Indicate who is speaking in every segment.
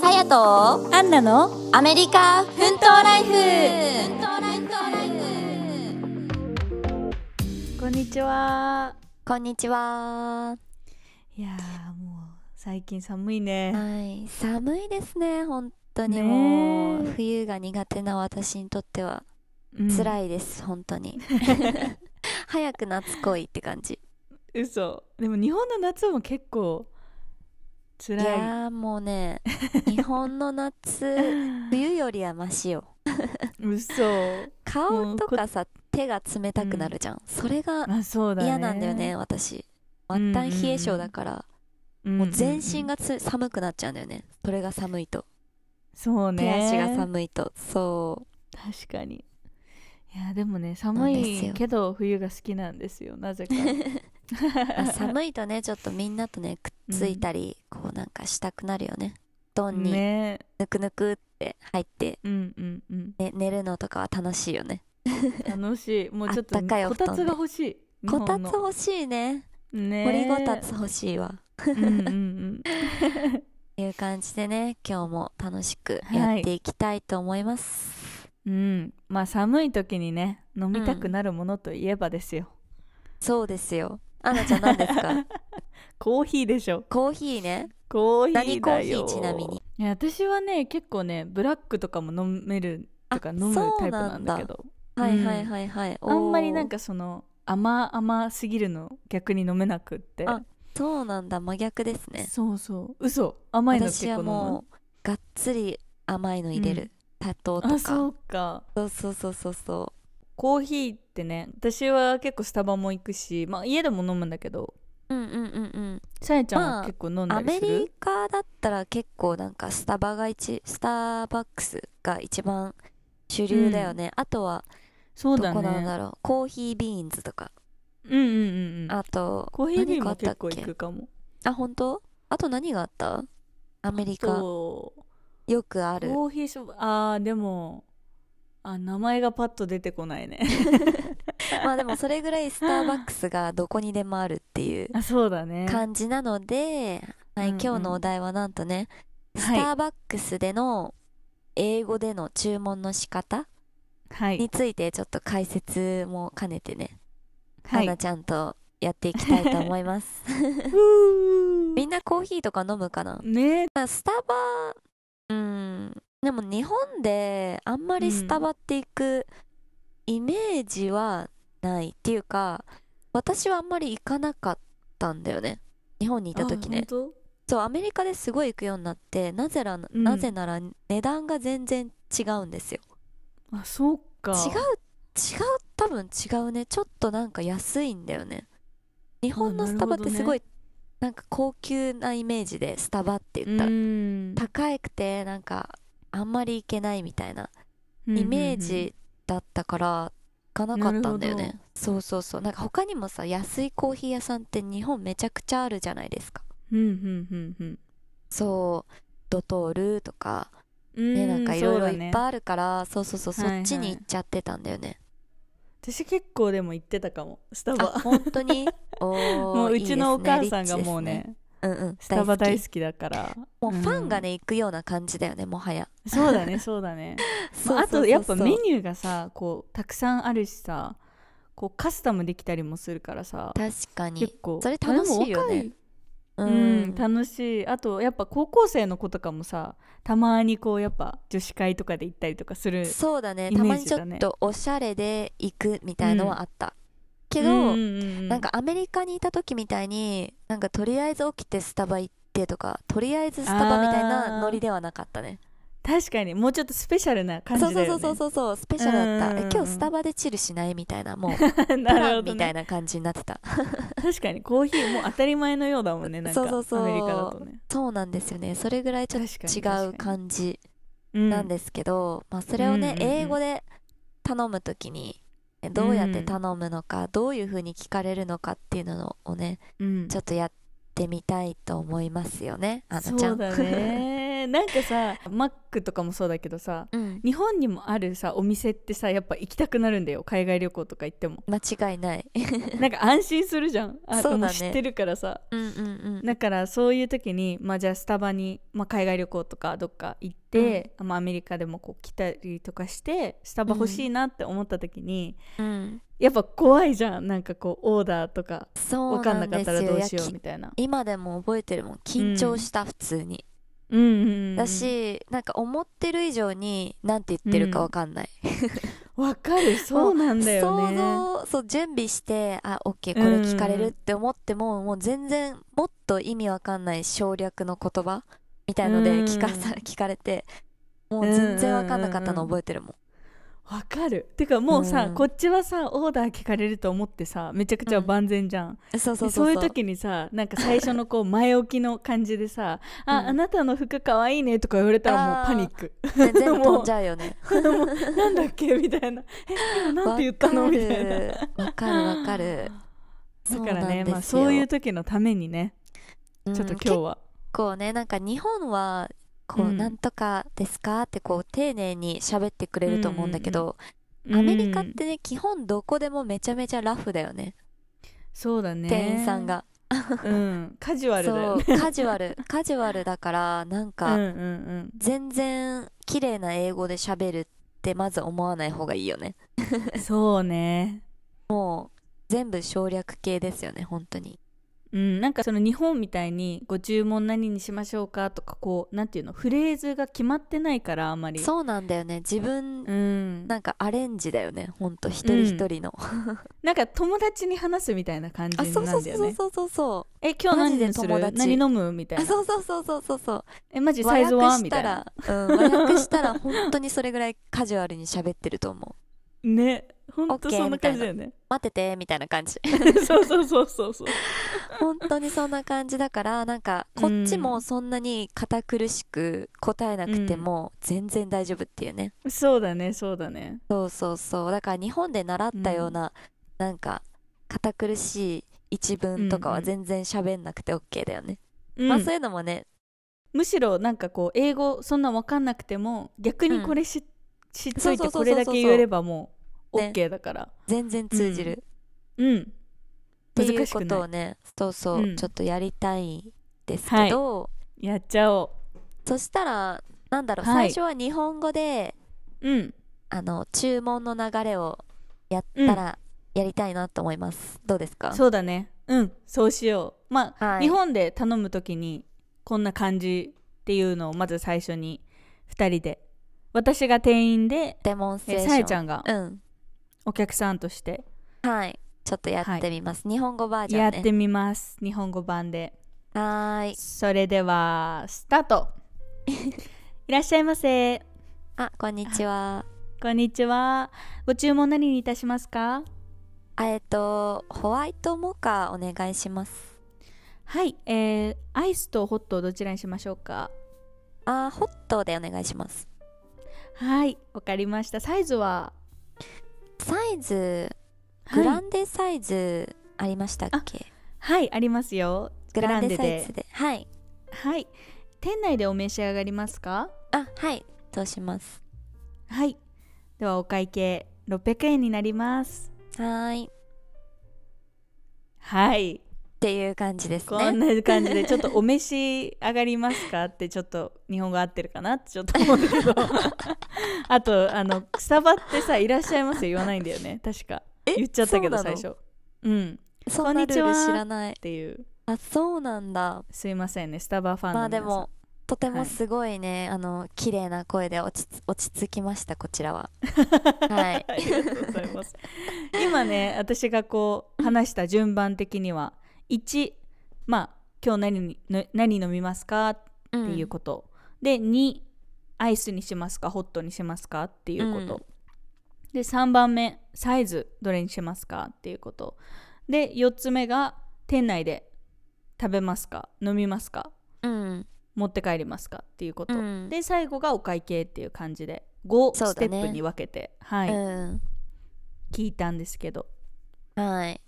Speaker 1: さやと
Speaker 2: アンナの
Speaker 1: アメリカ奮闘ライフ
Speaker 2: こんにちは
Speaker 1: こんにちははい
Speaker 2: やーもう最近寒いね
Speaker 1: い寒いですね本当に
Speaker 2: ねえ
Speaker 1: もう、冬が苦手な私にとっては辛
Speaker 2: い
Speaker 1: いです、本当 に早く夏来いって感じ
Speaker 2: 嘘でも日本の夏も結構
Speaker 1: い
Speaker 2: 辛い
Speaker 1: やーもう ね日本の夏冬よりはマシよ
Speaker 2: 嘘
Speaker 1: 顔と
Speaker 2: も
Speaker 1: かさ手が冷たくなるじゃん、それが
Speaker 2: あそうだね
Speaker 1: 嫌なんだよね私末端冷え性だから、もう全身が
Speaker 2: が
Speaker 1: つ寒くなっちゃうんだよねそれが寒いと
Speaker 2: そう
Speaker 1: 手
Speaker 2: ね
Speaker 1: 足が寒いとそ
Speaker 2: 確かにいやでもね寒
Speaker 1: なんです
Speaker 2: い
Speaker 1: よ
Speaker 2: けど冬が好きなんですよなぜ か
Speaker 1: う、 まあ寒いとねちょっとみんなとねくっついたり、こうなんかしたくなるよね布団に
Speaker 2: ね
Speaker 1: ぬくぬくって入って、
Speaker 2: うんうんうん
Speaker 1: ね、寝るのとかは楽しいよね
Speaker 2: 楽しいもうちょっと
Speaker 1: あったかいお
Speaker 2: こ
Speaker 1: 布団
Speaker 2: たつが欲しい日
Speaker 1: こ
Speaker 2: 本
Speaker 1: たつ
Speaker 2: の
Speaker 1: 欲しいね
Speaker 2: ね
Speaker 1: 掘りごたつ欲しいわ
Speaker 2: うんうんうん
Speaker 1: っていう感じでね今日も楽しくやっていきたいと思います、
Speaker 2: うん、まあ寒い時にね飲みたくなるものといえばですよ、
Speaker 1: そうですよアンナちゃん何です か
Speaker 2: コーヒーでしょ
Speaker 1: コーヒーね
Speaker 2: コーヒーだよ
Speaker 1: 何コーヒーちなみに
Speaker 2: いや私はね結構ねブラックとかも飲めるとか飲む
Speaker 1: そう
Speaker 2: タイプ
Speaker 1: なんだ
Speaker 2: なんだけど
Speaker 1: はいはいはいはい、
Speaker 2: あんまりなん
Speaker 1: か
Speaker 2: かその甘甘すぎるの逆に飲めなくって
Speaker 1: あそうなんだ真逆ですね
Speaker 2: そうそう嘘甘いの
Speaker 1: 私
Speaker 2: 結構飲
Speaker 1: は
Speaker 2: む
Speaker 1: もうがっつり甘いの入れる、
Speaker 2: うん
Speaker 1: 砂糖とか
Speaker 2: あそうか
Speaker 1: そうそうそうそうそ
Speaker 2: コーヒーってね私は結構スタバも行くし、まあ、家でも飲むんだけど
Speaker 1: ううんうんうんうん
Speaker 2: さやちゃん
Speaker 1: まあ
Speaker 2: は結構飲んだ
Speaker 1: ア
Speaker 2: り
Speaker 1: メ
Speaker 2: する、
Speaker 1: リカだったら結構なんかスタバが一スターバックスが一番主流だよね、あとは
Speaker 2: そう
Speaker 1: ど
Speaker 2: だ
Speaker 1: こなん
Speaker 2: ね
Speaker 1: だろうコーヒービーンズとか
Speaker 2: うんうんうんうん
Speaker 1: あと
Speaker 2: コーヒービーも結構
Speaker 1: 何買
Speaker 2: 行
Speaker 1: ったっ
Speaker 2: くかも
Speaker 1: けあ本当あと何があったアメリカ
Speaker 2: と
Speaker 1: よくある
Speaker 2: コーヒーショップあーでもあ名前がパッと出てこないね
Speaker 1: まあでもそれぐらいスターバックスがどこにで もあるっていう
Speaker 2: あそうだね
Speaker 1: 感じなので、はい
Speaker 2: うんうん
Speaker 1: 今日のお題はなんとね、
Speaker 2: はい
Speaker 1: スターバックスでの英語での注文の仕方
Speaker 2: はい
Speaker 1: についてちょっと解説も兼ねてね、
Speaker 2: は
Speaker 1: アンナ
Speaker 2: い
Speaker 1: ちゃんとやっていきたいと思います
Speaker 2: ふー
Speaker 1: みんなコーヒーとか飲むかな、
Speaker 2: ね
Speaker 1: まあ、スタバうんでも日本であんまりスタバって行くイメージはないっていうか私はあんまり行かなかったんだよね日本にいた時ね
Speaker 2: あ本
Speaker 1: そうアメリカですごい行くようになってなぜら、
Speaker 2: ん
Speaker 1: なぜなら値段が全然違うんですよ
Speaker 2: 当あそうか
Speaker 1: 違う違う多分違うねちょっとなんか安いんだよね日本の
Speaker 2: あな
Speaker 1: ス
Speaker 2: る
Speaker 1: タ
Speaker 2: ほ
Speaker 1: バ
Speaker 2: どね
Speaker 1: ってすごいなんか高級なイメージでスタバって言ったら、
Speaker 2: ん
Speaker 1: 高くてなんかあんまり行けないみたいなイメージだったから行かなかったんだよ
Speaker 2: なる
Speaker 1: ねそうそうそうなんか他にもさ安いコーヒー屋さんって日本めちゃくちゃあるじゃないですか
Speaker 2: うんうんうんうん
Speaker 1: そうドトールとか
Speaker 2: うん
Speaker 1: ね、なんかいろいろ
Speaker 2: そうだ
Speaker 1: い
Speaker 2: ね
Speaker 1: っぱいあるからそう,、そうそうそ
Speaker 2: はいはい
Speaker 1: っちに行っちゃってたんだよね、
Speaker 2: 私結構でも行ってたかもスタ
Speaker 1: あ
Speaker 2: バ
Speaker 1: 本当 におー
Speaker 2: もう
Speaker 1: いういですね
Speaker 2: ちのお母さ
Speaker 1: リッ
Speaker 2: んが
Speaker 1: チです
Speaker 2: もうね
Speaker 1: うんうん
Speaker 2: スタバ大
Speaker 1: 好
Speaker 2: 好きだから
Speaker 1: きもうファンが
Speaker 2: ね、
Speaker 1: ね行くような感じだよねもはや
Speaker 2: うんそうだねそうだね
Speaker 1: そう
Speaker 2: まあ、あ
Speaker 1: そうそうそう
Speaker 2: とやっぱメニューがさこうたくさんあるしさこうカスタムできたりもするからさ
Speaker 1: 確か
Speaker 2: 結
Speaker 1: に
Speaker 2: 構
Speaker 1: それ楽しいよねう
Speaker 2: あでも若いうん、楽しいあとやっぱ高校生の子とかもさたまにこうやっぱ女子会とかで行ったりとかする
Speaker 1: そうだね
Speaker 2: イメ
Speaker 1: たま
Speaker 2: ー
Speaker 1: に
Speaker 2: ジ
Speaker 1: ち
Speaker 2: だ
Speaker 1: ょっ
Speaker 2: ね
Speaker 1: とおしゃれで行くみたいのはあった、け
Speaker 2: け
Speaker 1: ど、
Speaker 2: な
Speaker 1: なんかアメリカにいた時みたいになんかとりあえず起きてスタバ行ってとかとりあえずスタバみたいなノリではなかったね
Speaker 2: 確かにもうちょっとスペシャルな感じだ
Speaker 1: そ
Speaker 2: よ
Speaker 1: うそ
Speaker 2: ね
Speaker 1: うそうそうそうスペシャルだった、
Speaker 2: うんうんうん
Speaker 1: え今日スタバでチルしないみたいなもう
Speaker 2: う
Speaker 1: プ
Speaker 2: なる
Speaker 1: ラ
Speaker 2: ほ
Speaker 1: ン
Speaker 2: ど、
Speaker 1: みたい
Speaker 2: ね、
Speaker 1: な感じになってた
Speaker 2: 確かにコーヒーもう当たり前のようだもんねなんか
Speaker 1: そうそうそう
Speaker 2: アメリカだとね
Speaker 1: そうなんですよねそれぐらいちょっ
Speaker 2: 確か
Speaker 1: と違
Speaker 2: に
Speaker 1: う
Speaker 2: 確か
Speaker 1: 感じ
Speaker 2: に
Speaker 1: なんですけど、まあ、それをね、
Speaker 2: うんうんうん
Speaker 1: 英語で頼むときにえどうやって頼むのか、どういうふうに聞かれるのかっていうのをね
Speaker 2: うんうん
Speaker 1: ちょっとやってみたいと思いますよねあのちゃ
Speaker 2: そうんだねねなんかさマックとかもそうだけどさ
Speaker 1: うん、
Speaker 2: 日本にもあるさお店ってさやっぱ行きたくなるんだよ海外旅行とか行っ ても
Speaker 1: 間違いない。
Speaker 2: なんか安心するじゃんあ
Speaker 1: そうだね
Speaker 2: も知ってるからさ
Speaker 1: うんうんうん。
Speaker 2: だからそういう時にまあじゃあスタバに、まあ、海外旅行とかどっか行って、まあ、アメリカでもこう来たりとかしてスタバ欲しいなって思った時に、
Speaker 1: うん、
Speaker 2: やっぱ怖いじゃんなんかこうオーダーとか
Speaker 1: そう
Speaker 2: 分かん
Speaker 1: な
Speaker 2: なんか
Speaker 1: で
Speaker 2: った
Speaker 1: す
Speaker 2: ら
Speaker 1: よ。
Speaker 2: どう
Speaker 1: いや
Speaker 2: しよう
Speaker 1: き
Speaker 2: みたいな。
Speaker 1: 今でも覚えてるもん。緊張した、普通に。
Speaker 2: うんうんうん
Speaker 1: だし、なんか思ってる以上に、なんて言ってるかわかんない。
Speaker 2: わかるそうなんだよね。
Speaker 1: 想像、そう、準備して、あ、オッケー、これ聞かれるって思っても、もう全然、もっと意味わかんない省略の言葉みたいので
Speaker 2: うん
Speaker 1: 聞かさ、 聞かれて、もう全然わかんなかったの覚えてるもん。
Speaker 2: わかるてかもうさ、
Speaker 1: うん
Speaker 2: こっちはさオーダー聞かれると思ってさめちゃくちゃ万全じゃん、
Speaker 1: そうそ
Speaker 2: で
Speaker 1: うそう。
Speaker 2: そういう時にさなんか最初のこう前置きの感じでさ「あ、
Speaker 1: うん
Speaker 2: あなたの服かわいいね」とか言われたらもう
Speaker 1: あー
Speaker 2: パニック
Speaker 1: ね全部飛んじゃうよね。
Speaker 2: もうなんだっけみたいな「え今 なんて言ったの?」みたいな
Speaker 1: わかるわかる。
Speaker 2: だからねまあ、
Speaker 1: そ
Speaker 2: そう
Speaker 1: う
Speaker 2: い
Speaker 1: なんで
Speaker 2: う時のためにね
Speaker 1: すよ
Speaker 2: ちょっと今日は、
Speaker 1: 結構ねなんか日本はこ
Speaker 2: う
Speaker 1: うんなんとかですかってこう丁寧に喋ってくれると思うんだけど、
Speaker 2: うん
Speaker 1: アメリカってね基本どこでもめちゃめちゃラフだよね
Speaker 2: そうだね
Speaker 1: 店員さん、が、
Speaker 2: うん、カジュアルだ
Speaker 1: そ
Speaker 2: よ
Speaker 1: う
Speaker 2: ね
Speaker 1: カジュアル カジュアルだからなん
Speaker 2: うん
Speaker 1: か
Speaker 2: うん
Speaker 1: 全然綺麗な英語で喋るってまず思わない方がいいよ ね
Speaker 2: うん、そうね
Speaker 1: もう全部省略系ですよね本当に
Speaker 2: うん、なんかその日本みたいにご注文何にしましょうかとかこうなんていうのフレーズが決まってないからあんまりう、
Speaker 1: そうなんだよね自分
Speaker 2: ん、
Speaker 1: なんかアレンジだよねほんと一人一人の、
Speaker 2: なんか友達に話すみたいな感じ
Speaker 1: あ
Speaker 2: にな
Speaker 1: そう
Speaker 2: る
Speaker 1: そうん
Speaker 2: だよ
Speaker 1: そう
Speaker 2: ね
Speaker 1: そうそうそう
Speaker 2: え今日
Speaker 1: マジで
Speaker 2: 何する
Speaker 1: 友達
Speaker 2: 何飲むみたい
Speaker 1: あ
Speaker 2: な
Speaker 1: そうそうそうそうそうそう
Speaker 2: えマジ
Speaker 1: 和
Speaker 2: サイズは
Speaker 1: 訳し
Speaker 2: み
Speaker 1: たた
Speaker 2: いな
Speaker 1: ら、うん、和訳したら本当にそれぐらいカジュアルに喋ってると思う。
Speaker 2: ねほん
Speaker 1: OK
Speaker 2: とそんな感じだよね
Speaker 1: 待っててみたいな感じ
Speaker 2: そうそうそうそうそう
Speaker 1: 本当にそんな感じだからなんかこっちもそんなに堅苦しく答えなくても全然大丈夫っていうね、
Speaker 2: そうだねそうだね
Speaker 1: そうそうそうだから日本で習ったような、なんか堅苦しい一文とか
Speaker 2: うん
Speaker 1: は
Speaker 2: うん
Speaker 1: 全然喋んなくて OK だよね、
Speaker 2: うん
Speaker 1: まあそういうのもね
Speaker 2: むしろなんかこう英語そんな分かんなくても逆にこれし、知っとい
Speaker 1: そうそうそうそう
Speaker 2: て
Speaker 1: そう
Speaker 2: これだけ言えればもう
Speaker 1: ね
Speaker 2: OK だから、
Speaker 1: 全然通じる、
Speaker 2: うん
Speaker 1: っていう
Speaker 2: 難し
Speaker 1: こ
Speaker 2: く
Speaker 1: と
Speaker 2: な
Speaker 1: をねそうそう、
Speaker 2: うん
Speaker 1: ちょっとやりたいんですけど、
Speaker 2: いやっちゃおう
Speaker 1: そしたら、なんだろう、
Speaker 2: はい
Speaker 1: 最初は日本語で、
Speaker 2: うん。
Speaker 1: あの、注文の流れをやったら、やりたいなと思います。どうですか
Speaker 2: そうだね。うん。そうしよう。まあ、
Speaker 1: はい
Speaker 2: 日本で頼むときに、こんな感じっていうのをまず最初に、二人で。私が店員で、
Speaker 1: デモンストレー
Speaker 2: え
Speaker 1: ション。
Speaker 2: さえちゃんが
Speaker 1: うん。
Speaker 2: お客さんとして
Speaker 1: はい。ちょっとやってみます。日本語バージョ
Speaker 2: や
Speaker 1: ン
Speaker 2: っ
Speaker 1: ね。
Speaker 2: てみます。日本語版で。
Speaker 1: はーい。
Speaker 2: それでは、スター トいらっしゃいませ。
Speaker 1: あ、こんにちは。
Speaker 2: こんにちは。ご注文何にいたしますか
Speaker 1: あえっと、ホワイトモカお願いします。
Speaker 2: はい、えー、アイスとホットどちらにしましょうか
Speaker 1: あ、ホットでお願いします。
Speaker 2: はい、わかりました。サイズは
Speaker 1: サイズ、
Speaker 2: は
Speaker 1: グ
Speaker 2: い
Speaker 1: ランデサイズありましたっけ、
Speaker 2: はい、ありますよ。
Speaker 1: グランデサイ
Speaker 2: で
Speaker 1: ズで。はい。
Speaker 2: はい。店内でお召し上がりますか
Speaker 1: あ、はい。そうします。
Speaker 2: はい。ではお会計600円になります。
Speaker 1: はーい。っ
Speaker 2: はい。
Speaker 1: ていう感じですね。
Speaker 2: こんな感じで、ちょっとお召し上がりますかって、ちょっと日本語合ってるかなってちょっと思うんだ けど。あと、あの、スタバってさ、いらっしゃいますよ言わないんだよね。 確か。
Speaker 1: え
Speaker 2: 言っちゃったけど
Speaker 1: そうな
Speaker 2: 最
Speaker 1: の
Speaker 2: 初。うん。っ
Speaker 1: そんなルール
Speaker 2: こんにちは
Speaker 1: 知らない。
Speaker 2: ていう。
Speaker 1: あ、そうなんだ。
Speaker 2: すいませんね、スタバファンの
Speaker 1: まあ
Speaker 2: 皆
Speaker 1: で
Speaker 2: さん。
Speaker 1: も、とて
Speaker 2: は
Speaker 1: も
Speaker 2: い
Speaker 1: すごいね、あの、綺麗な声で落ち着落ち着きました、こちら は。はい
Speaker 2: ありがとうございます。今ね、私がこう話した順番的には、1、まあ、今日何にの何飲みますかって
Speaker 1: うん
Speaker 2: いうこと。で、2、アイスにしますか、ホットにしますかっていうこと。
Speaker 1: うん
Speaker 2: で、3番目、サイズ、どれにしますかっていうこと。で、4つ目が、店内で食べますか、飲みますか、
Speaker 1: うん。
Speaker 2: 持って帰りますかっていうこと。
Speaker 1: うん
Speaker 2: で、最後がお会計っていう感じで、5
Speaker 1: そう
Speaker 2: ス
Speaker 1: だね
Speaker 2: テップに分けて、は。
Speaker 1: はいうん。
Speaker 2: 聞いたんですけど
Speaker 1: はい。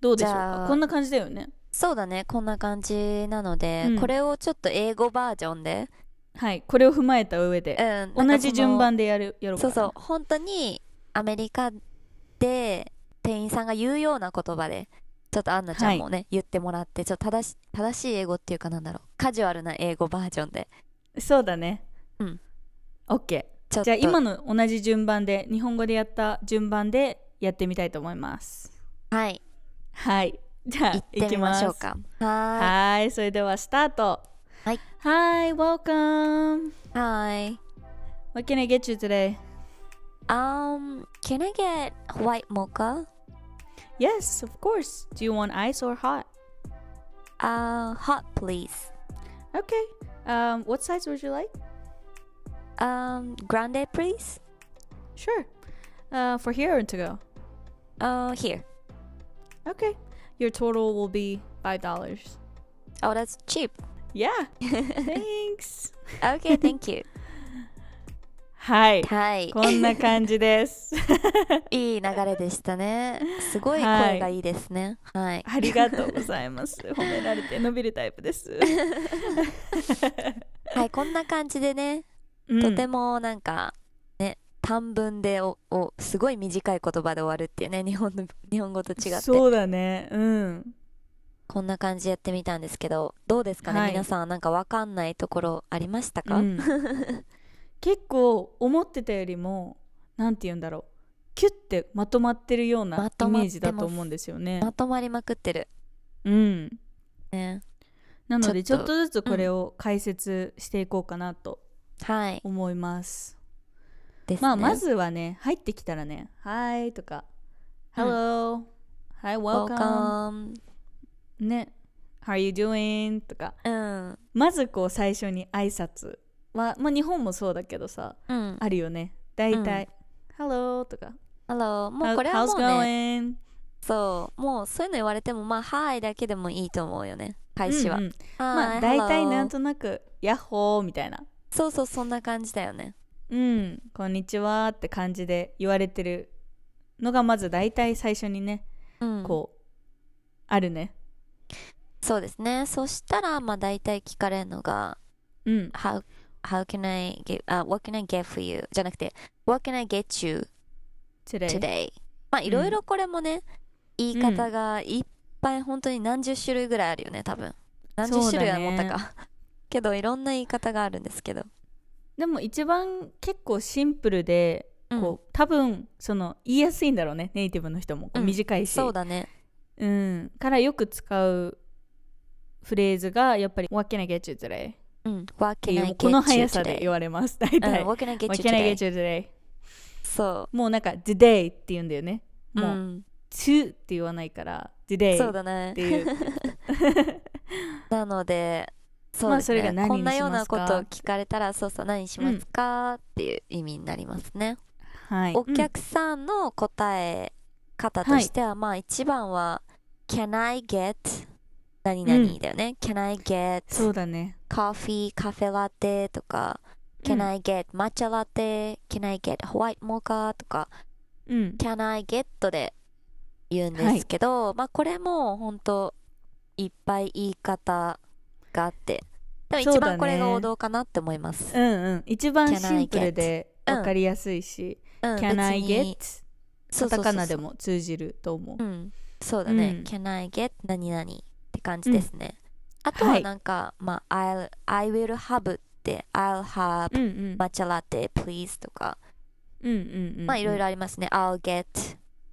Speaker 2: どうでしょう
Speaker 1: じゃ
Speaker 2: か
Speaker 1: あ
Speaker 2: こんな感じだよね
Speaker 1: そうだね、こんな感じなので、
Speaker 2: うん
Speaker 1: これをちょっと英語バージョンで
Speaker 2: はいこれを踏まえた上で
Speaker 1: うん、なんか
Speaker 2: 同じ順番でやるやろう
Speaker 1: そ
Speaker 2: か
Speaker 1: のそ
Speaker 2: な
Speaker 1: うそう本当にアメリカで店員さんが言うような言葉でちょっとアンナちゃんもね、言ってもらってちょっと正し正しい英語っていうかなんだろうカジュアルな英語バージョンで
Speaker 2: そうだね
Speaker 1: うん
Speaker 2: OK
Speaker 1: ちょっと
Speaker 2: じゃあ今の同じ順番で日本語でやった順番でやってみたいと思います
Speaker 1: はい
Speaker 2: はいじゃあ
Speaker 1: 行
Speaker 2: 行
Speaker 1: って
Speaker 2: き
Speaker 1: み
Speaker 2: ま
Speaker 1: ますしょうかは
Speaker 2: はいそれではスタート
Speaker 1: はい
Speaker 2: Hi welcome
Speaker 1: ーいはい
Speaker 2: What can I get you today?
Speaker 1: Um can I get white mocha?
Speaker 2: Yes of course Do you want ice or hot?
Speaker 1: Uh hot please
Speaker 2: Okay um, What size would you like?
Speaker 1: Um grande please
Speaker 2: Sure uh, For here and to go
Speaker 1: Uh here
Speaker 2: Okay Your total will be $5
Speaker 1: Oh that's cheap
Speaker 2: Yeah Thanks
Speaker 1: Okay thank you
Speaker 2: はい
Speaker 1: はい
Speaker 2: こんな感 じです。
Speaker 1: いい流れでしたね。すごい
Speaker 2: はい
Speaker 1: 声がいいですね。はい。
Speaker 2: ありがとうございます。褒められて伸びるタイプです。
Speaker 1: はい、こんな感じでね、
Speaker 2: うん
Speaker 1: とてもなんか、ね、短文でお、お、すごい短い言葉で終わるっていうね、日本の、日本語と違って。
Speaker 2: そうだね。うん。
Speaker 1: こんな感じでやってみたんですけど、どうですかね、
Speaker 2: はい
Speaker 1: 皆さん、なんかわかんないところありましたか、
Speaker 2: うん 結構思ってたよりも、なんて言うんだろう。キュッてまとまってるような
Speaker 1: ま
Speaker 2: イ
Speaker 1: とま
Speaker 2: メ
Speaker 1: ってます
Speaker 2: ージだと思うんですよね。
Speaker 1: まとまりまくってる。
Speaker 2: うん。
Speaker 1: ね。
Speaker 2: なのでち
Speaker 1: ちょ
Speaker 2: ょ
Speaker 1: っと
Speaker 2: っとずつこれを解説していこうかなと
Speaker 1: はい。
Speaker 2: 思います。
Speaker 1: ですね。
Speaker 2: まあまずはね、入ってきたらね、はいとか、
Speaker 1: うん
Speaker 2: Hello、Hi、welcome。
Speaker 1: Welcome、
Speaker 2: ね「How are you doing?」とか
Speaker 1: うん。
Speaker 2: まずこう最初に挨拶はまあ日本もそうだけどさ
Speaker 1: うん。
Speaker 2: あるよね大体「Hello」とか
Speaker 1: Hello。
Speaker 2: 「
Speaker 1: もう
Speaker 2: How-
Speaker 1: これは
Speaker 2: How's
Speaker 1: もうね、
Speaker 2: going?」
Speaker 1: そう、もうそういうの言われても、まあ、はいだけでもいいと思うよね、開始は。
Speaker 2: うんうん
Speaker 1: は
Speaker 2: ま
Speaker 1: い
Speaker 2: あ大体
Speaker 1: hello
Speaker 2: なんとなく「ヤッホー」みたいな
Speaker 1: そうそう、そんな感じだよね。
Speaker 2: 「うんこんにちは」って感じで言われてるのがまず大体最初にね
Speaker 1: うん、
Speaker 2: こうあるね
Speaker 1: そうですね。そしたら、まあ、大体聞かれるのが、
Speaker 2: うん
Speaker 1: how, how can I get,、あ what can I get for you? じゃなくて、what can I get you
Speaker 2: today
Speaker 1: today? まあ、いろいろこれもね、言い方がいっぱい、本当に何十種類ぐらいあるよね、多分。何十種類は持ったか。 けど、いろんな言い方があるんですけど。
Speaker 2: でも一番結構シンプルで
Speaker 1: うん
Speaker 2: こう多分その言いやすいんだろうねネイティブの人もこう
Speaker 1: うん
Speaker 2: 短いし、
Speaker 1: そうだね。
Speaker 2: うんからよく使うフレーズがやっぱり「What can I get you today?」っ
Speaker 1: うん、what
Speaker 2: て
Speaker 1: can
Speaker 2: い
Speaker 1: I
Speaker 2: う
Speaker 1: get
Speaker 2: この
Speaker 1: you
Speaker 2: 速さで
Speaker 1: today?
Speaker 2: 言われます大
Speaker 1: うん、
Speaker 2: 体「
Speaker 1: what can I get you
Speaker 2: What can I
Speaker 1: today?
Speaker 2: get you today?
Speaker 1: そ」
Speaker 2: もうなんか「today」って言うんだよね
Speaker 1: う。
Speaker 2: もう
Speaker 1: うん
Speaker 2: 「to」って言わないから「today」
Speaker 1: そう
Speaker 2: っ
Speaker 1: だね
Speaker 2: て。いう
Speaker 1: なので、そう
Speaker 2: まあ
Speaker 1: です
Speaker 2: それ
Speaker 1: ね。
Speaker 2: が何に
Speaker 1: こんなような
Speaker 2: します
Speaker 1: こ
Speaker 2: か
Speaker 1: とを聞かれたら、そうそう、何しますかっていう意味になりますね。
Speaker 2: はい
Speaker 1: お客さんの答え方としては、まあ一番は、Can I get 何々だよね。Can I
Speaker 2: うんそ
Speaker 1: get
Speaker 2: うだね
Speaker 1: coffee, カフェラテとか、
Speaker 2: うん
Speaker 1: Can I get 抹茶ラテ Can I get white mocha とか、
Speaker 2: うん、
Speaker 1: Can I get で言うんですけど、まあこれも本当いっぱい言い方があってでも
Speaker 2: そう
Speaker 1: 一
Speaker 2: だね
Speaker 1: 番これが王道かなって思います、
Speaker 2: うんうん一番
Speaker 1: Can I
Speaker 2: シンプルで分かりやすいし
Speaker 1: うん
Speaker 2: 「Can I
Speaker 1: 別に
Speaker 2: get?」
Speaker 1: そ
Speaker 2: カ
Speaker 1: うそうそうそ
Speaker 2: タカ
Speaker 1: う
Speaker 2: ナでも通じると思う
Speaker 1: うんそうだね、
Speaker 2: うん
Speaker 1: Can I get 何々って感じですね、あと
Speaker 2: は
Speaker 1: はいなんか、まあ I'll, I will have って I'll have
Speaker 2: うんうん
Speaker 1: 抹茶ラテ please とか、
Speaker 2: うんうんうん
Speaker 1: まあいろいろありますね I'll get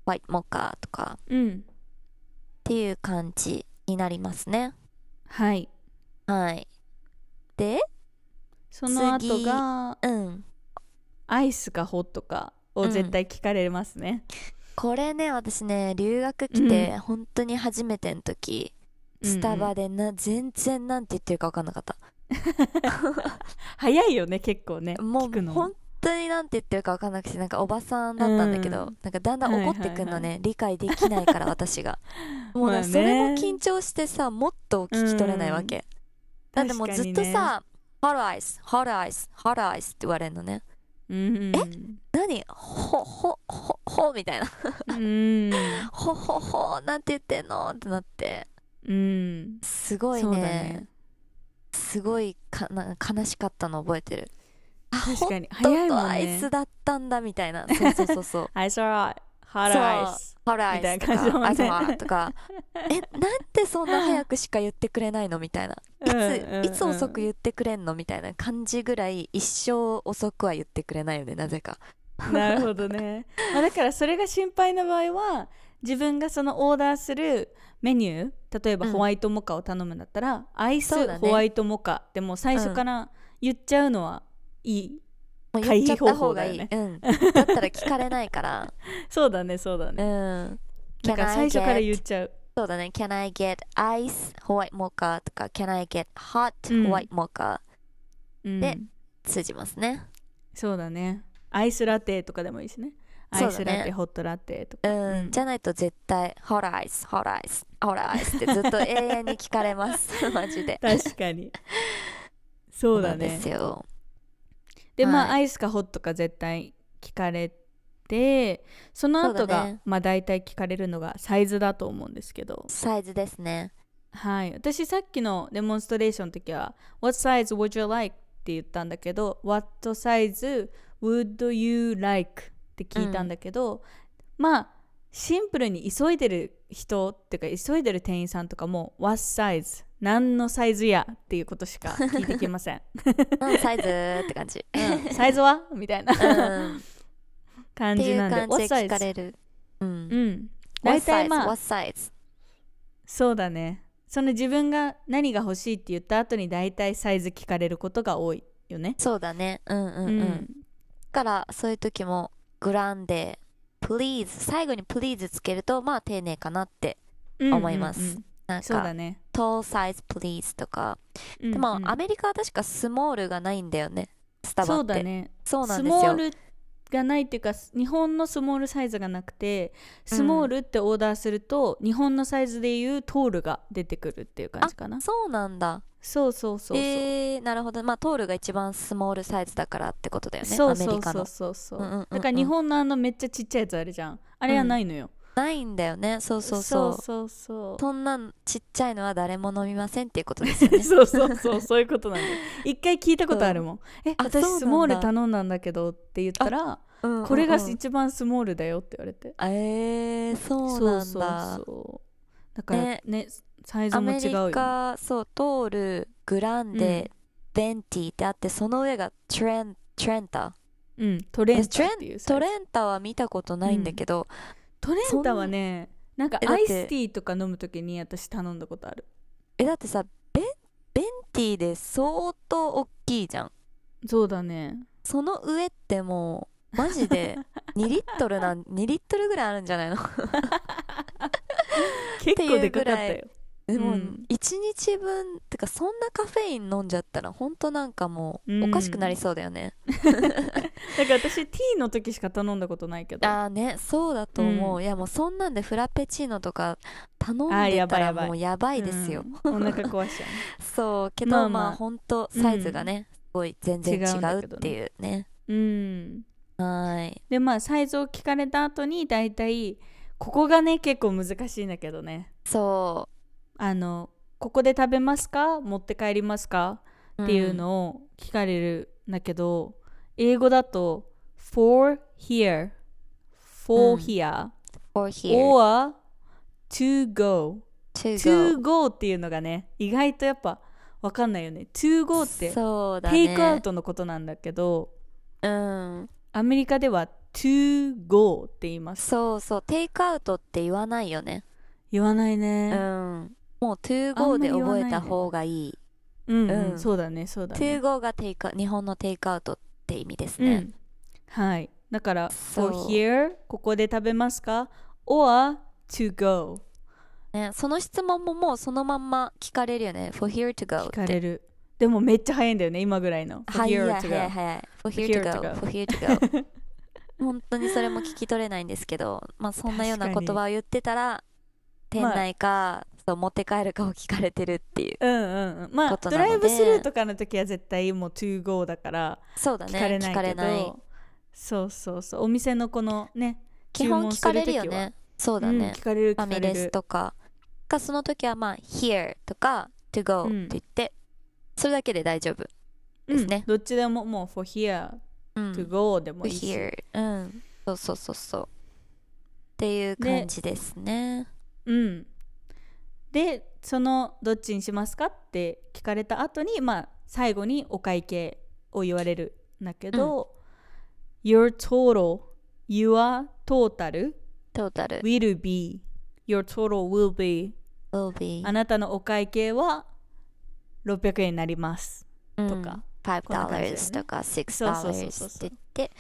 Speaker 1: white mocha とかっ
Speaker 2: うん
Speaker 1: ていう感じになりますね
Speaker 2: はい
Speaker 1: はいで
Speaker 2: その後が
Speaker 1: うん
Speaker 2: アイスかホットかを絶対聞かれますね、
Speaker 1: これね私ね留学来て
Speaker 2: う
Speaker 1: 本当に初めての時、
Speaker 2: うんうん
Speaker 1: スタバでな全然なんて言ってるか分かんなかった
Speaker 2: 早いよね結構ね
Speaker 1: も
Speaker 2: 聞く
Speaker 1: う
Speaker 2: の
Speaker 1: 本当になんて言ってるか分かんなくてなんかおばさんだったんだけど、
Speaker 2: う
Speaker 1: なんかだんだん怒ってくんのね、理解できないから私 がもう
Speaker 2: まあ
Speaker 1: ね
Speaker 2: ね
Speaker 1: それも緊張してさもっと聞き取れないわけ、だってもうずっとさ「ホ Hot Ice Hot Ice Hot Ice」って言われるのね
Speaker 2: 「え
Speaker 1: 何ほほほほみたいな
Speaker 2: うん
Speaker 1: 「ほほほなんて言ってんの?」ってなって
Speaker 2: うん
Speaker 1: すごい
Speaker 2: そうだ
Speaker 1: ね
Speaker 2: ね
Speaker 1: すごいかな悲しかったの覚えてるあ
Speaker 2: 確かに
Speaker 1: ホ
Speaker 2: 早
Speaker 1: ッ
Speaker 2: いも
Speaker 1: ト
Speaker 2: ん
Speaker 1: アイ
Speaker 2: ね
Speaker 1: スだったんだみたいなそうそうそうそう
Speaker 2: アイスアハ
Speaker 1: そう
Speaker 2: ラアイス
Speaker 1: ホラーアイスと
Speaker 2: みたいな感じだも
Speaker 1: か
Speaker 2: んね
Speaker 1: アイスマーと かえなんでそんな早くしか言ってくれないのみたいな
Speaker 2: うんうんうん
Speaker 1: いついつ遅く言ってくれんのみたいな感じぐらい一生遅くは言ってくれないよねなぜか
Speaker 2: なるほどね、まあ、だからそれが心配な場合は自分がそのオーダーするメニュー例えば
Speaker 1: うん
Speaker 2: ホワイトモカを頼むんだったら、アイ
Speaker 1: そう
Speaker 2: ス
Speaker 1: だね
Speaker 2: ホワイトモカでも最初から言っちゃうのはいい、
Speaker 1: もう言っちゃった方がいい、
Speaker 2: 回避
Speaker 1: うん、だったら聞かれないから
Speaker 2: そうだねそうだ
Speaker 1: う
Speaker 2: ね、
Speaker 1: ん
Speaker 2: だから最初から
Speaker 1: Can I
Speaker 2: 言っ
Speaker 1: get-
Speaker 2: ちゃう
Speaker 1: そうだね Can I get ice ホワイトモカとか Can I get hot
Speaker 2: うん
Speaker 1: ホワイトモカ
Speaker 2: うん
Speaker 1: で通じますね
Speaker 2: そうだねアイスラテとかでもいいしねアイス
Speaker 1: そう
Speaker 2: ラ
Speaker 1: だ
Speaker 2: テ、
Speaker 1: ね
Speaker 2: ホットラテとか
Speaker 1: うん、
Speaker 2: うん
Speaker 1: じゃないと絶対「ホラアイスホラアイスホラアイス」ってずっと永遠に聞かれます マジで
Speaker 2: 確かにそうだ
Speaker 1: なんで
Speaker 2: ね
Speaker 1: すよ
Speaker 2: でまあ、
Speaker 1: は
Speaker 2: アイスかホットか絶対聞かれてその
Speaker 1: そ
Speaker 2: 後
Speaker 1: うだ
Speaker 2: が、
Speaker 1: ね
Speaker 2: まあ大体聞かれるのがサイズだと思うんですけど
Speaker 1: サイズですね
Speaker 2: はい私さっきのデモンストレーションの時は「What size would you like?」って言ったんだけど「What size would you like?」って聞いたんだけど、まあシンプルに急いでる人っていうか急いでる店員さんとかも「What size?」何のサイズやっていうことしか聞いてき ません、
Speaker 1: うんサイズって感じ、
Speaker 2: うん サイズはみたいな
Speaker 1: うん、っ
Speaker 2: 感
Speaker 1: て
Speaker 2: じ
Speaker 1: いう
Speaker 2: な
Speaker 1: ん感じで
Speaker 2: で What size？
Speaker 1: 聞かれるうん
Speaker 2: うん。大
Speaker 1: What
Speaker 2: 体
Speaker 1: size?
Speaker 2: まあ
Speaker 1: What size?
Speaker 2: そうだねその自分が何が欲しいって言った後に大体サイズ聞かれることが多いよね。
Speaker 1: そうだねうんうんうん、だからそういう時もグランデ please 最後に please つけるとまあ丁寧かなって
Speaker 2: うん
Speaker 1: 思います
Speaker 2: うんうんうん
Speaker 1: なん
Speaker 2: そうだ
Speaker 1: か
Speaker 2: ね。
Speaker 1: tall size please とか
Speaker 2: で
Speaker 1: でも、アメリカは確かスモールがないんだよねスタバって
Speaker 2: そうだね
Speaker 1: そうな
Speaker 2: ス
Speaker 1: んです
Speaker 2: モ
Speaker 1: よ
Speaker 2: ールがないっていうか日本のスモールサイズがなくてスモールってオーダーすると、日本のサイズでいうトールが出てくるっていう感じかな。
Speaker 1: そうなんだ
Speaker 2: そうそうそうそう。
Speaker 1: えー、なるほどまあトールが一番スモールサイズだからってことだよね
Speaker 2: そうそ
Speaker 1: アメ
Speaker 2: う
Speaker 1: リカ
Speaker 2: そう
Speaker 1: の
Speaker 2: そうそう
Speaker 1: うんうんうんうん
Speaker 2: だから日本のあのめっちゃちっちゃいやつあるじゃんあれはないのよ、
Speaker 1: ないんだよねそうそうそう
Speaker 2: そうそうそう
Speaker 1: そんなんちっちゃいのは誰も飲みませんっていうことですよね
Speaker 2: そうそうそうそういうことなんだよ一回聞いたことあるもん「え
Speaker 1: あそうなん
Speaker 2: 私
Speaker 1: だ
Speaker 2: スモール頼んだんだけど」って言ったら
Speaker 1: うんうんう
Speaker 2: 「
Speaker 1: ん
Speaker 2: これが一番スモールだよ」って言われて
Speaker 1: えー、そうなんだ
Speaker 2: そうそうだからね
Speaker 1: ね
Speaker 2: サイズ
Speaker 1: ア
Speaker 2: も
Speaker 1: メ
Speaker 2: 違
Speaker 1: リ
Speaker 2: うよね
Speaker 1: カそうトールグランデ、ベンティってあってその上がトレントレンタ
Speaker 2: うんトレンタっていうサ
Speaker 1: ト
Speaker 2: イズ
Speaker 1: レンタは見たことないんだけど、
Speaker 2: トレンタはねなんか
Speaker 1: えだっ
Speaker 2: ア
Speaker 1: て
Speaker 2: イスティーとか飲むときに私頼んだことある
Speaker 1: えだってさベンベンティで相当大きいじゃん
Speaker 2: そうだね
Speaker 1: その上ってもうマジ で2リットルなん2リットルぐらいあるんじゃないの
Speaker 2: 結構でかか
Speaker 1: っ
Speaker 2: った
Speaker 1: ていう
Speaker 2: よ
Speaker 1: でも
Speaker 2: うん
Speaker 1: 1日分ってかそんなカフェイン飲んじゃったらほんとなんかも
Speaker 2: う
Speaker 1: うんおかしくなりそうだよね、
Speaker 2: だから私ティーの時しか頼んだことないけど
Speaker 1: ああねそうだと思う、
Speaker 2: うん
Speaker 1: いやもうそんなんでフラペチーノとか頼ん
Speaker 2: あー
Speaker 1: で
Speaker 2: やば
Speaker 1: た
Speaker 2: いや
Speaker 1: ら
Speaker 2: ばい
Speaker 1: もうやばいですよ、
Speaker 2: うんお腹壊しちゃうね
Speaker 1: そうけど
Speaker 2: ま
Speaker 1: ま
Speaker 2: あ
Speaker 1: あ、
Speaker 2: まあ
Speaker 1: ほんとサイズがね、すごい全然違うっていうね
Speaker 2: うん
Speaker 1: はい
Speaker 2: でまあサイズを聞かれた後に大体ここがね結構難しいんだけどね
Speaker 1: そ
Speaker 2: あのここで食べますか持って帰りますか
Speaker 1: う
Speaker 2: っていうのを聞かれるんだけど、英語だと for here
Speaker 1: う
Speaker 2: for
Speaker 1: ん
Speaker 2: here、
Speaker 1: for here
Speaker 2: or to go
Speaker 1: to go
Speaker 2: to go っていうのがね意外とやっぱわかんないよね to go って
Speaker 1: そうだね
Speaker 2: テイクアウトのことなんだけど
Speaker 1: うん
Speaker 2: アメリカでは to go って言います
Speaker 1: そうそうテイクアウトって言わないよね
Speaker 2: 言わないうね、
Speaker 1: んもう to
Speaker 2: あんま
Speaker 1: go
Speaker 2: り
Speaker 1: で
Speaker 2: 言わな
Speaker 1: 覚
Speaker 2: いね
Speaker 1: えた方がいい
Speaker 2: うん、うん
Speaker 1: うん
Speaker 2: そうだねそうだ
Speaker 1: to
Speaker 2: ね。
Speaker 1: go がテイクア日本のテイクアウトって意味です
Speaker 2: う
Speaker 1: ね
Speaker 2: ん、はいだから「
Speaker 1: そう
Speaker 2: for here」ここで食べますか or to go
Speaker 1: ねその質問ももうそのまんま聞かれるよね for here to go っ
Speaker 2: 聞か
Speaker 1: て
Speaker 2: れるでもめっちゃ早いんだよね今ぐらいの「for
Speaker 1: はい、い
Speaker 2: here
Speaker 1: や早い
Speaker 2: to go
Speaker 1: 早い。For
Speaker 2: For
Speaker 1: here to
Speaker 2: here to
Speaker 1: go, for here to go. 本当にそれも聞き取れないんですけど、まあそんなような
Speaker 2: 確かに
Speaker 1: 言葉を言ってたら、店内か、そう持って帰るかを聞かれてるっていう。」
Speaker 2: うんうんうんまあ
Speaker 1: こと
Speaker 2: ド
Speaker 1: なの
Speaker 2: ラ
Speaker 1: で
Speaker 2: イブスルーとかの時は絶対もう「to go」だから
Speaker 1: そうだ
Speaker 2: 聞
Speaker 1: ね。
Speaker 2: かれない
Speaker 1: 聞か
Speaker 2: け
Speaker 1: れ
Speaker 2: ど、
Speaker 1: ない。
Speaker 2: そうそうそうお店のこのね
Speaker 1: 基本聞かれるよ
Speaker 2: 注文す
Speaker 1: ね。そう
Speaker 2: 時
Speaker 1: だ
Speaker 2: は
Speaker 1: ね
Speaker 2: うん、。聞かれる聞
Speaker 1: ファ
Speaker 2: か
Speaker 1: ミ
Speaker 2: れ
Speaker 1: レ
Speaker 2: る
Speaker 1: スとか。か、その時はまあ、here とか、to go って言って、それだけで大丈夫。
Speaker 2: うん
Speaker 1: ですね
Speaker 2: どっちでももう for here
Speaker 1: う
Speaker 2: to
Speaker 1: ん。
Speaker 2: go でもいいし、
Speaker 1: here。うん。そうそうそうそう。っていう感じですね。
Speaker 2: うん、でそのどっちにしますかって聞かれた後にまあ最後にお会計を言われるんだけど、Your total your total
Speaker 1: トータル
Speaker 2: will be your total will be
Speaker 1: will be
Speaker 2: あなたのお会計は600円になりますと
Speaker 1: うん
Speaker 2: か、
Speaker 1: 5
Speaker 2: こんな感じだよね
Speaker 1: dollars とか6
Speaker 2: そうそうそうそ
Speaker 1: dollars
Speaker 2: う
Speaker 1: って言って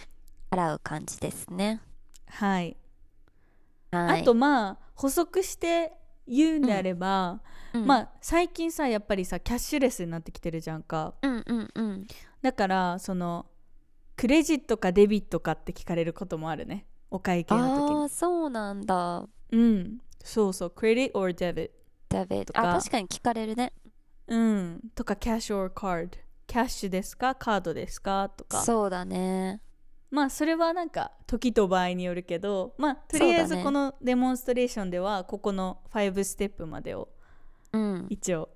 Speaker 1: 払う感じですね。
Speaker 2: はい
Speaker 1: はい。
Speaker 2: あとまあ補足して言うんであれば、
Speaker 1: うん、
Speaker 2: まあ最近さやっぱりさキャッシュレスになってきてるじゃんか
Speaker 1: うんうんうん。
Speaker 2: だからそのクレジットかデビットかって聞かれることもあるねお会計
Speaker 1: あ
Speaker 2: の
Speaker 1: あ、そうなんだ。
Speaker 2: 時にうんそうそうクレディット or デビット
Speaker 1: だべ。
Speaker 2: とか
Speaker 1: あ、確かに聞かれるね。
Speaker 2: うんとかキャッシュ or カードキャッシュですかカードですかとか
Speaker 1: そうだね。
Speaker 2: まあそれはなんか時と場合によるけどまあとりあえ
Speaker 1: そうだ
Speaker 2: ず
Speaker 1: ね
Speaker 2: このデモンストレーションではここの5ステップまでを
Speaker 1: うん。
Speaker 2: 一応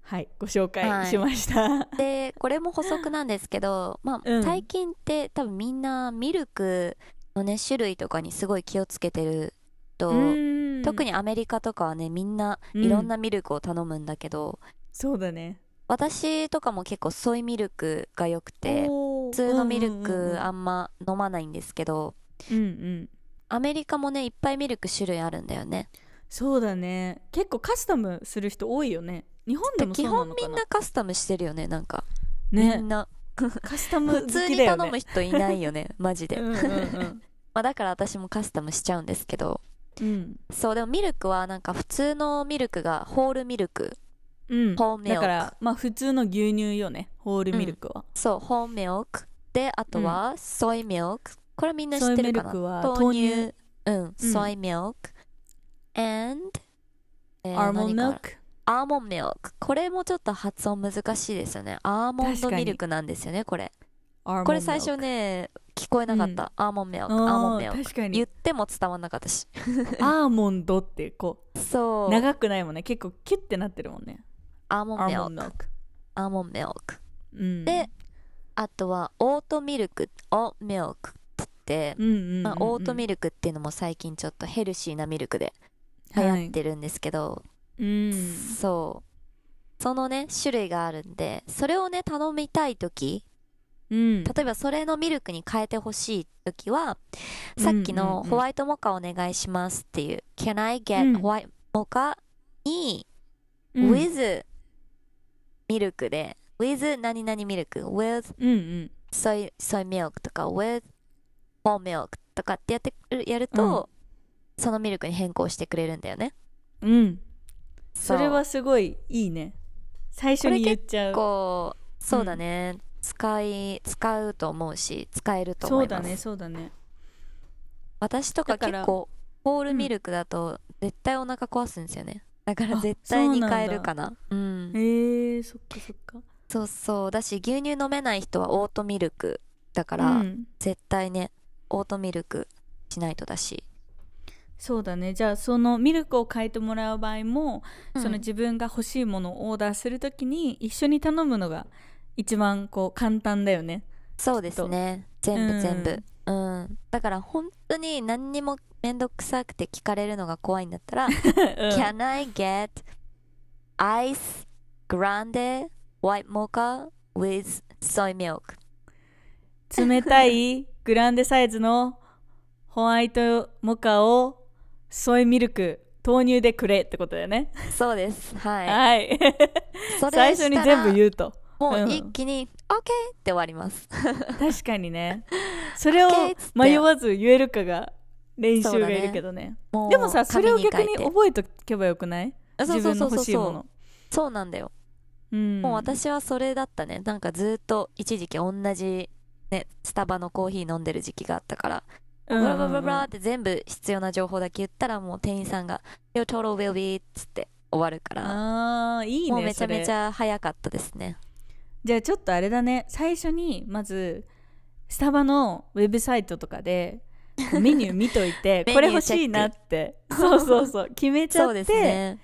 Speaker 2: はいご紹
Speaker 1: は
Speaker 2: 介
Speaker 1: い
Speaker 2: しました、
Speaker 1: でこれも補足なんですけ ど、まあ
Speaker 2: うん
Speaker 1: 最近って多分みんなミルクのね種類とかにすごい気をつけてると、
Speaker 2: うん
Speaker 1: 特にアメリカとかはねみんな
Speaker 2: うん
Speaker 1: いろんなミルクを頼むんだけど、
Speaker 2: そうだね
Speaker 1: 私とかも結構ソイミルクが良くて普
Speaker 2: 普
Speaker 1: 通のミルクあ
Speaker 2: あ
Speaker 1: んま飲まないんですけど
Speaker 2: うんうん
Speaker 1: アメリカもねいっぱいミルク種類あるんだよね
Speaker 2: そうだね結構カスタムする人多いよね日本でもそ
Speaker 1: 基
Speaker 2: うな
Speaker 1: 本
Speaker 2: の
Speaker 1: み
Speaker 2: か
Speaker 1: ん
Speaker 2: な
Speaker 1: なカスタムしてるよねなんか、みん
Speaker 2: ね
Speaker 1: な
Speaker 2: カスタム好
Speaker 1: 普
Speaker 2: きだ
Speaker 1: 通
Speaker 2: よね
Speaker 1: に頼む人いないよね マジで、
Speaker 2: うんうん
Speaker 1: まあだから私もカスタムしちゃうんですけど
Speaker 2: うん
Speaker 1: そうでもミルクはなんか普通のミルクがホールミルク
Speaker 2: うん、うん、
Speaker 1: ホームミル
Speaker 2: だ
Speaker 1: ク
Speaker 2: からまあ普通の牛乳よねホールミルクは、
Speaker 1: そうホームミルクであとはソイミルクこれみんな知ってるかな
Speaker 2: ソイミルクは
Speaker 1: 豆乳うんソイミルク and えー
Speaker 2: アーモンドミ
Speaker 1: 何
Speaker 2: ル
Speaker 1: か
Speaker 2: ク
Speaker 1: アーモンドミルクこれもちょっと発音難しいですよねアーモンドミルクなんですよねこれこれ最初ね聞こえなかった、アーモンドミル
Speaker 2: ア
Speaker 1: クアーモンドミルク
Speaker 2: 確か
Speaker 1: 言っ
Speaker 2: に
Speaker 1: ても伝わんなかったし
Speaker 2: アーモンドってこ
Speaker 1: そうう
Speaker 2: 長くないもんね結構キュッてなってるもんね
Speaker 1: アーモンド
Speaker 2: ア
Speaker 1: ミ
Speaker 2: ー
Speaker 1: ル
Speaker 2: モン
Speaker 1: ク
Speaker 2: ドミルク、
Speaker 1: アーモンドミルク
Speaker 2: うん、
Speaker 1: であとはオートミルクオートミルクって言って、
Speaker 2: うんうんうんうん
Speaker 1: まあ、オートミルクっていうのも最近ちょっとヘルシーなミルクで流行ってるんですけど、
Speaker 2: うん
Speaker 1: そうそのね種類があるんでそれをね頼みたい時
Speaker 2: うん
Speaker 1: 例えばそれのミルクに変えてほしい時はさっき
Speaker 2: うんうん
Speaker 1: の
Speaker 2: うん
Speaker 1: ホワイトモカお願いしますっていう「Can I
Speaker 2: うん
Speaker 1: get ホワイトモカに、
Speaker 2: うん
Speaker 1: with ミルクで with 何々ミルク with
Speaker 2: うんうん
Speaker 1: ソイソイミルクとか with whole milk とかってやってくるやると、そのミルクに変更してくれるんだよね
Speaker 2: うん
Speaker 1: そ
Speaker 2: そうれはすごいいいね最初に言っちゃう
Speaker 1: こうそうだね、使い使うと思うし使えると
Speaker 2: そ
Speaker 1: 思
Speaker 2: う
Speaker 1: い
Speaker 2: だ
Speaker 1: ます、
Speaker 2: ねそうだね
Speaker 1: 私とか
Speaker 2: だか
Speaker 1: 結
Speaker 2: ら
Speaker 1: 構ホールミルクだと絶対お腹壊すんですよねだから絶対に変えるかなうん
Speaker 2: へえー、そっかそっか
Speaker 1: そうそうだし牛乳飲めない人はオートミルクだから、
Speaker 2: うん、
Speaker 1: 絶対ねオートミルクしないとだし、
Speaker 2: そうだねじゃあそのミルクを変えてもらう場合も、その
Speaker 1: うん
Speaker 2: 自分が欲しいものをオーダーするときに一緒に頼むのが一番こう簡単だ よね
Speaker 1: そうですね全
Speaker 2: うん
Speaker 1: 部全部うん、だから本当に何にもめんどくさくて聞かれるのが怖いんだ ったら「Can I get ice grande white mocha with soy milk
Speaker 2: 冷たいグランデサイズのホワイトモカをソイミルク豆乳でくれってことだよね」
Speaker 1: そうですはい
Speaker 2: はい
Speaker 1: それ
Speaker 2: 最
Speaker 1: した
Speaker 2: 初
Speaker 1: ら
Speaker 2: に全部言うと
Speaker 1: も
Speaker 2: うん
Speaker 1: う一気に「OK!」って終わります
Speaker 2: 確かにねそれを
Speaker 1: OK っつって
Speaker 2: 迷わず言えるかが練習
Speaker 1: そうだ
Speaker 2: が
Speaker 1: ね
Speaker 2: いるけどね
Speaker 1: もう
Speaker 2: でもさそれを逆
Speaker 1: 紙
Speaker 2: に
Speaker 1: 書いて
Speaker 2: 覚えとけばよくない
Speaker 1: あそう
Speaker 2: 自
Speaker 1: そうそう
Speaker 2: 分の
Speaker 1: そう
Speaker 2: 欲しいもの
Speaker 1: そうなんだよ
Speaker 2: うん
Speaker 1: もう私はそれだったねなんかずっと一時期同じねスタバのコーヒー飲んでる時期があったから
Speaker 2: うん
Speaker 1: ブラブラブラブラって全部必要な情報だけ言ったらもう店員さんが「Your total will be」っつって終わるから
Speaker 2: あーいいね
Speaker 1: もうめちゃめち
Speaker 2: ゃ
Speaker 1: ゃ早かったですね
Speaker 2: じゃあちょっとあれだね最初にまずスタバのウェブサイトとかでこうメニュー見といて
Speaker 1: メニューチェック
Speaker 2: これ欲しいなってそうそうそう決めちゃ
Speaker 1: そ
Speaker 2: っ
Speaker 1: う
Speaker 2: て
Speaker 1: ですね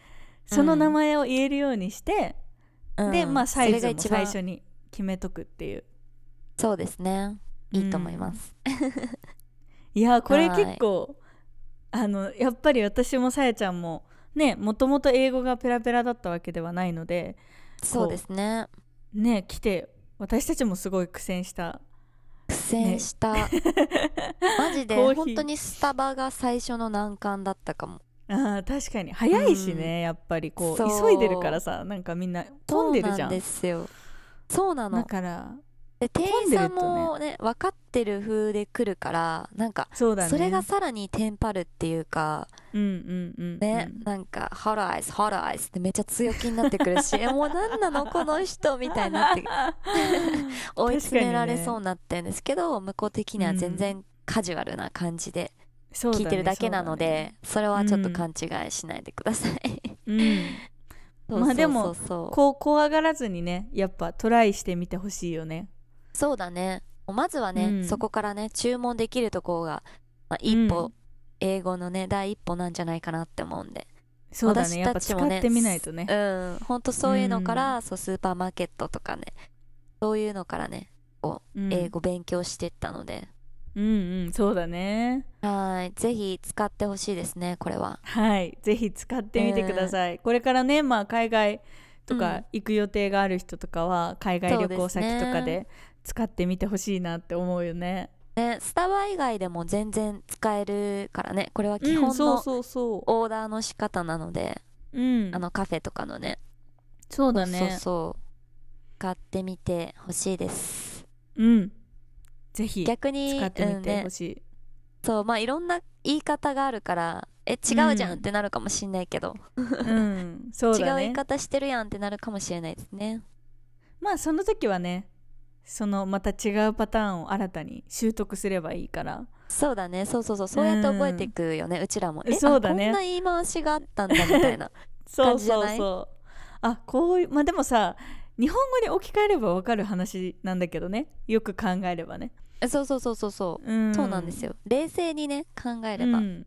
Speaker 2: その名前を言えるようにして、で、
Speaker 1: うん
Speaker 2: まあサイ
Speaker 1: そ
Speaker 2: ズ
Speaker 1: れが
Speaker 2: も
Speaker 1: 一
Speaker 2: 最
Speaker 1: 番
Speaker 2: 初に決めとくっていう
Speaker 1: そうですねいいと思います、
Speaker 2: いやこれ
Speaker 1: はい
Speaker 2: 結構あのやっぱり私もさやちゃんもねもともと英語がペラペラだったわけではないので
Speaker 1: そうですね
Speaker 2: ね来て私たちもすごい苦戦した
Speaker 1: 苦戦した、 マジで
Speaker 2: コーヒー
Speaker 1: 本当にスタバが最初の難関だったかも
Speaker 2: あー確かに早いしね、やっぱりこう
Speaker 1: そう
Speaker 2: 急いでるからさなんかみんな混んでるじ
Speaker 1: そうな
Speaker 2: ゃん
Speaker 1: んですよそうな
Speaker 2: だ
Speaker 1: の
Speaker 2: から
Speaker 1: で店員さん
Speaker 2: 混
Speaker 1: もね分かってる風で来るからなんか
Speaker 2: そうだね
Speaker 1: それがさらにテンパるっていうか
Speaker 2: うんうんうんうん
Speaker 1: ね、なんか「ホライスホライス」ってめっちゃ強気になってく るしえもう何なのこの人みたいになって追い詰められそうになってるんですけど、向こう的には全然カジュアルな感じで
Speaker 2: そう
Speaker 1: 聞いてるだけなので、それはちょっと
Speaker 2: うん
Speaker 1: 勘違いしないでくださ い。
Speaker 2: そうだね
Speaker 1: そう
Speaker 2: まあ
Speaker 1: そう
Speaker 2: で
Speaker 1: そ
Speaker 2: も
Speaker 1: う
Speaker 2: うん
Speaker 1: そう
Speaker 2: こう怖がらずにねやっぱトライしてみてほしいよね
Speaker 1: そうだねまずはね、
Speaker 2: うん
Speaker 1: そこからね注文できるところが、まあ、一歩、
Speaker 2: うん
Speaker 1: 英語のね第一歩なんじゃないかなって思うんで
Speaker 2: そうだねやっぱ
Speaker 1: 私た
Speaker 2: 使
Speaker 1: ちもね
Speaker 2: ってみないとね
Speaker 1: うんほんとそういうのから、そうスーパーマーケットとかねそういうのからね
Speaker 2: うん
Speaker 1: 英語勉強してったので、
Speaker 2: うんうんそうだね
Speaker 1: はいぜひ使ってほしいですねこれは
Speaker 2: はいぜひ使ってみてください、これからねまあ海外と
Speaker 1: う
Speaker 2: か
Speaker 1: ん
Speaker 2: 行く予定がある人とかは海外旅行先とか
Speaker 1: そうで
Speaker 2: で使ってみてほしいなって思うよね
Speaker 1: ねスタバ以外でも全然使えるからねこれは基
Speaker 2: うん
Speaker 1: 本
Speaker 2: そう
Speaker 1: の
Speaker 2: そうそ
Speaker 1: オーダーの仕方なので、
Speaker 2: ううん
Speaker 1: あのカフェとかのね
Speaker 2: そうだね
Speaker 1: そうそう使ってみてほしいです
Speaker 2: うんぜひ
Speaker 1: 逆に
Speaker 2: 使って
Speaker 1: う
Speaker 2: み
Speaker 1: ん
Speaker 2: て
Speaker 1: ね
Speaker 2: ほ、しい、
Speaker 1: そうまあいろんな言い方があるからえ違うじゃんってなるかもしんないけど、
Speaker 2: うんそ う
Speaker 1: 違
Speaker 2: だ
Speaker 1: う言い
Speaker 2: ね
Speaker 1: 方してるやんってなるかもしれないですね
Speaker 2: まあその時はねそのまた違うパターンを新たに習得すればいいから
Speaker 1: そうだねそうそうそうそうやって覚えていくよね、うちらもえ
Speaker 2: そうだ
Speaker 1: あ
Speaker 2: ね
Speaker 1: こんな言い回しがあったんだみたいな
Speaker 2: そ
Speaker 1: 感
Speaker 2: う
Speaker 1: じじゃ
Speaker 2: そう
Speaker 1: ない
Speaker 2: そうあこういうまあでもさ日本語に置き換えればわかる話なんだけどねよく考えればね、
Speaker 1: えそうそうそうそうそう、
Speaker 2: うん、
Speaker 1: そうなんですよ冷静にね考えれば、
Speaker 2: うん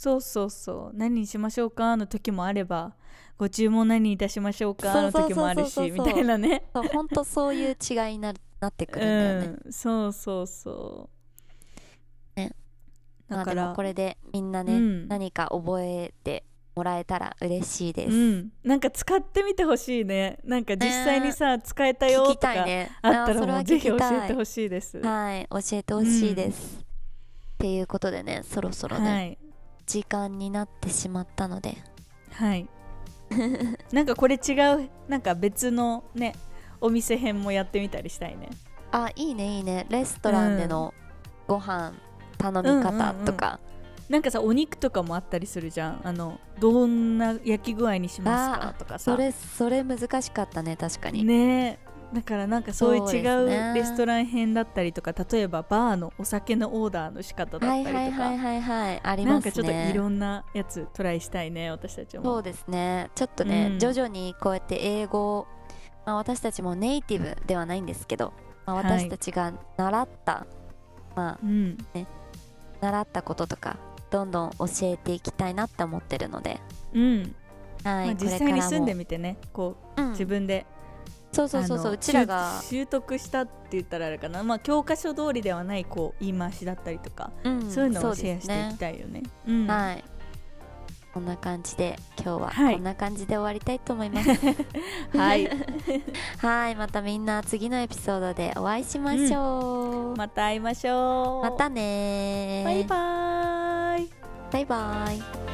Speaker 2: そうそうそう何にしましょうかの時もあればご注文何にいたしましょうかの時もある
Speaker 1: そう
Speaker 2: し
Speaker 1: そうそう
Speaker 2: み
Speaker 1: そうそう
Speaker 2: たいなね
Speaker 1: そうほんとそういう違いになるなってくるんだよね、
Speaker 2: うんそうそうそう
Speaker 1: ねま
Speaker 2: だ
Speaker 1: あ
Speaker 2: か
Speaker 1: で
Speaker 2: ら
Speaker 1: もこれでみんなね、
Speaker 2: うん
Speaker 1: 何か覚えてもらえたら嬉しいです、
Speaker 2: うん、なんか使ってみてほしいねなんか実際にさ、使えたよ
Speaker 1: 聞
Speaker 2: と
Speaker 1: きた
Speaker 2: か
Speaker 1: いね
Speaker 2: あった
Speaker 1: ーそれ
Speaker 2: らも
Speaker 1: は
Speaker 2: う
Speaker 1: 聞
Speaker 2: ぜ
Speaker 1: き
Speaker 2: ひ教
Speaker 1: た
Speaker 2: えてほしいですは
Speaker 1: はい教えてほしいです、っていうことでねそろそろね、
Speaker 2: い
Speaker 1: 時間になってしまったので
Speaker 2: はい、 なんかこれ違うなんか別のねお店編もやってみたりしたいね
Speaker 1: あいいねいいねレストランでのご飯頼み方とか、
Speaker 2: なんかさお肉とかもあったりするじゃんあのどんな焼き具合にしますかとかさ
Speaker 1: それそれ難しかったね確かに、
Speaker 2: ねえだからなんかそういう
Speaker 1: そうで
Speaker 2: 違
Speaker 1: すね
Speaker 2: うレストラン編だったりとか例えばバーのお酒のオーダーの仕方だった
Speaker 1: は
Speaker 2: り
Speaker 1: い
Speaker 2: とか、
Speaker 1: はいはいはいはいあり
Speaker 2: な
Speaker 1: ま
Speaker 2: ん
Speaker 1: すね
Speaker 2: かちょっといろんなやつトライしたいね私たち
Speaker 1: そ
Speaker 2: も
Speaker 1: うですねちょっとね、
Speaker 2: うん
Speaker 1: 徐々にこうやって英語を、まあ、私たちもネイティブではないんですけど、まあ、
Speaker 2: はい
Speaker 1: 私たちが習った、まあ
Speaker 2: うん
Speaker 1: 習ったこととかどんどん教えていきたいなって思ってるので、
Speaker 2: うん
Speaker 1: はい
Speaker 2: まあ、
Speaker 1: これ
Speaker 2: 実
Speaker 1: から
Speaker 2: 際に住んで
Speaker 1: も
Speaker 2: みてねこ
Speaker 1: う
Speaker 2: うん自分で、
Speaker 1: そうそうそう
Speaker 2: あ
Speaker 1: そ
Speaker 2: の
Speaker 1: ううちらが
Speaker 2: 習習得したって言ったらあれかな、まあ、教科書通りではないこう言い回しだったりとか、
Speaker 1: うん
Speaker 2: そういうの
Speaker 1: そ
Speaker 2: を
Speaker 1: う
Speaker 2: シェア
Speaker 1: で
Speaker 2: し
Speaker 1: す
Speaker 2: てい
Speaker 1: ね
Speaker 2: きたいよね。うん
Speaker 1: はいこんな感じで今日は
Speaker 2: はい
Speaker 1: こんな感じで終わりたいと思います、
Speaker 2: はい、
Speaker 1: はいまたみんな次のエピソードでお会いしましょう、ま
Speaker 2: また会いましょう。
Speaker 1: たねー
Speaker 2: バイバーイ。
Speaker 1: バイバイ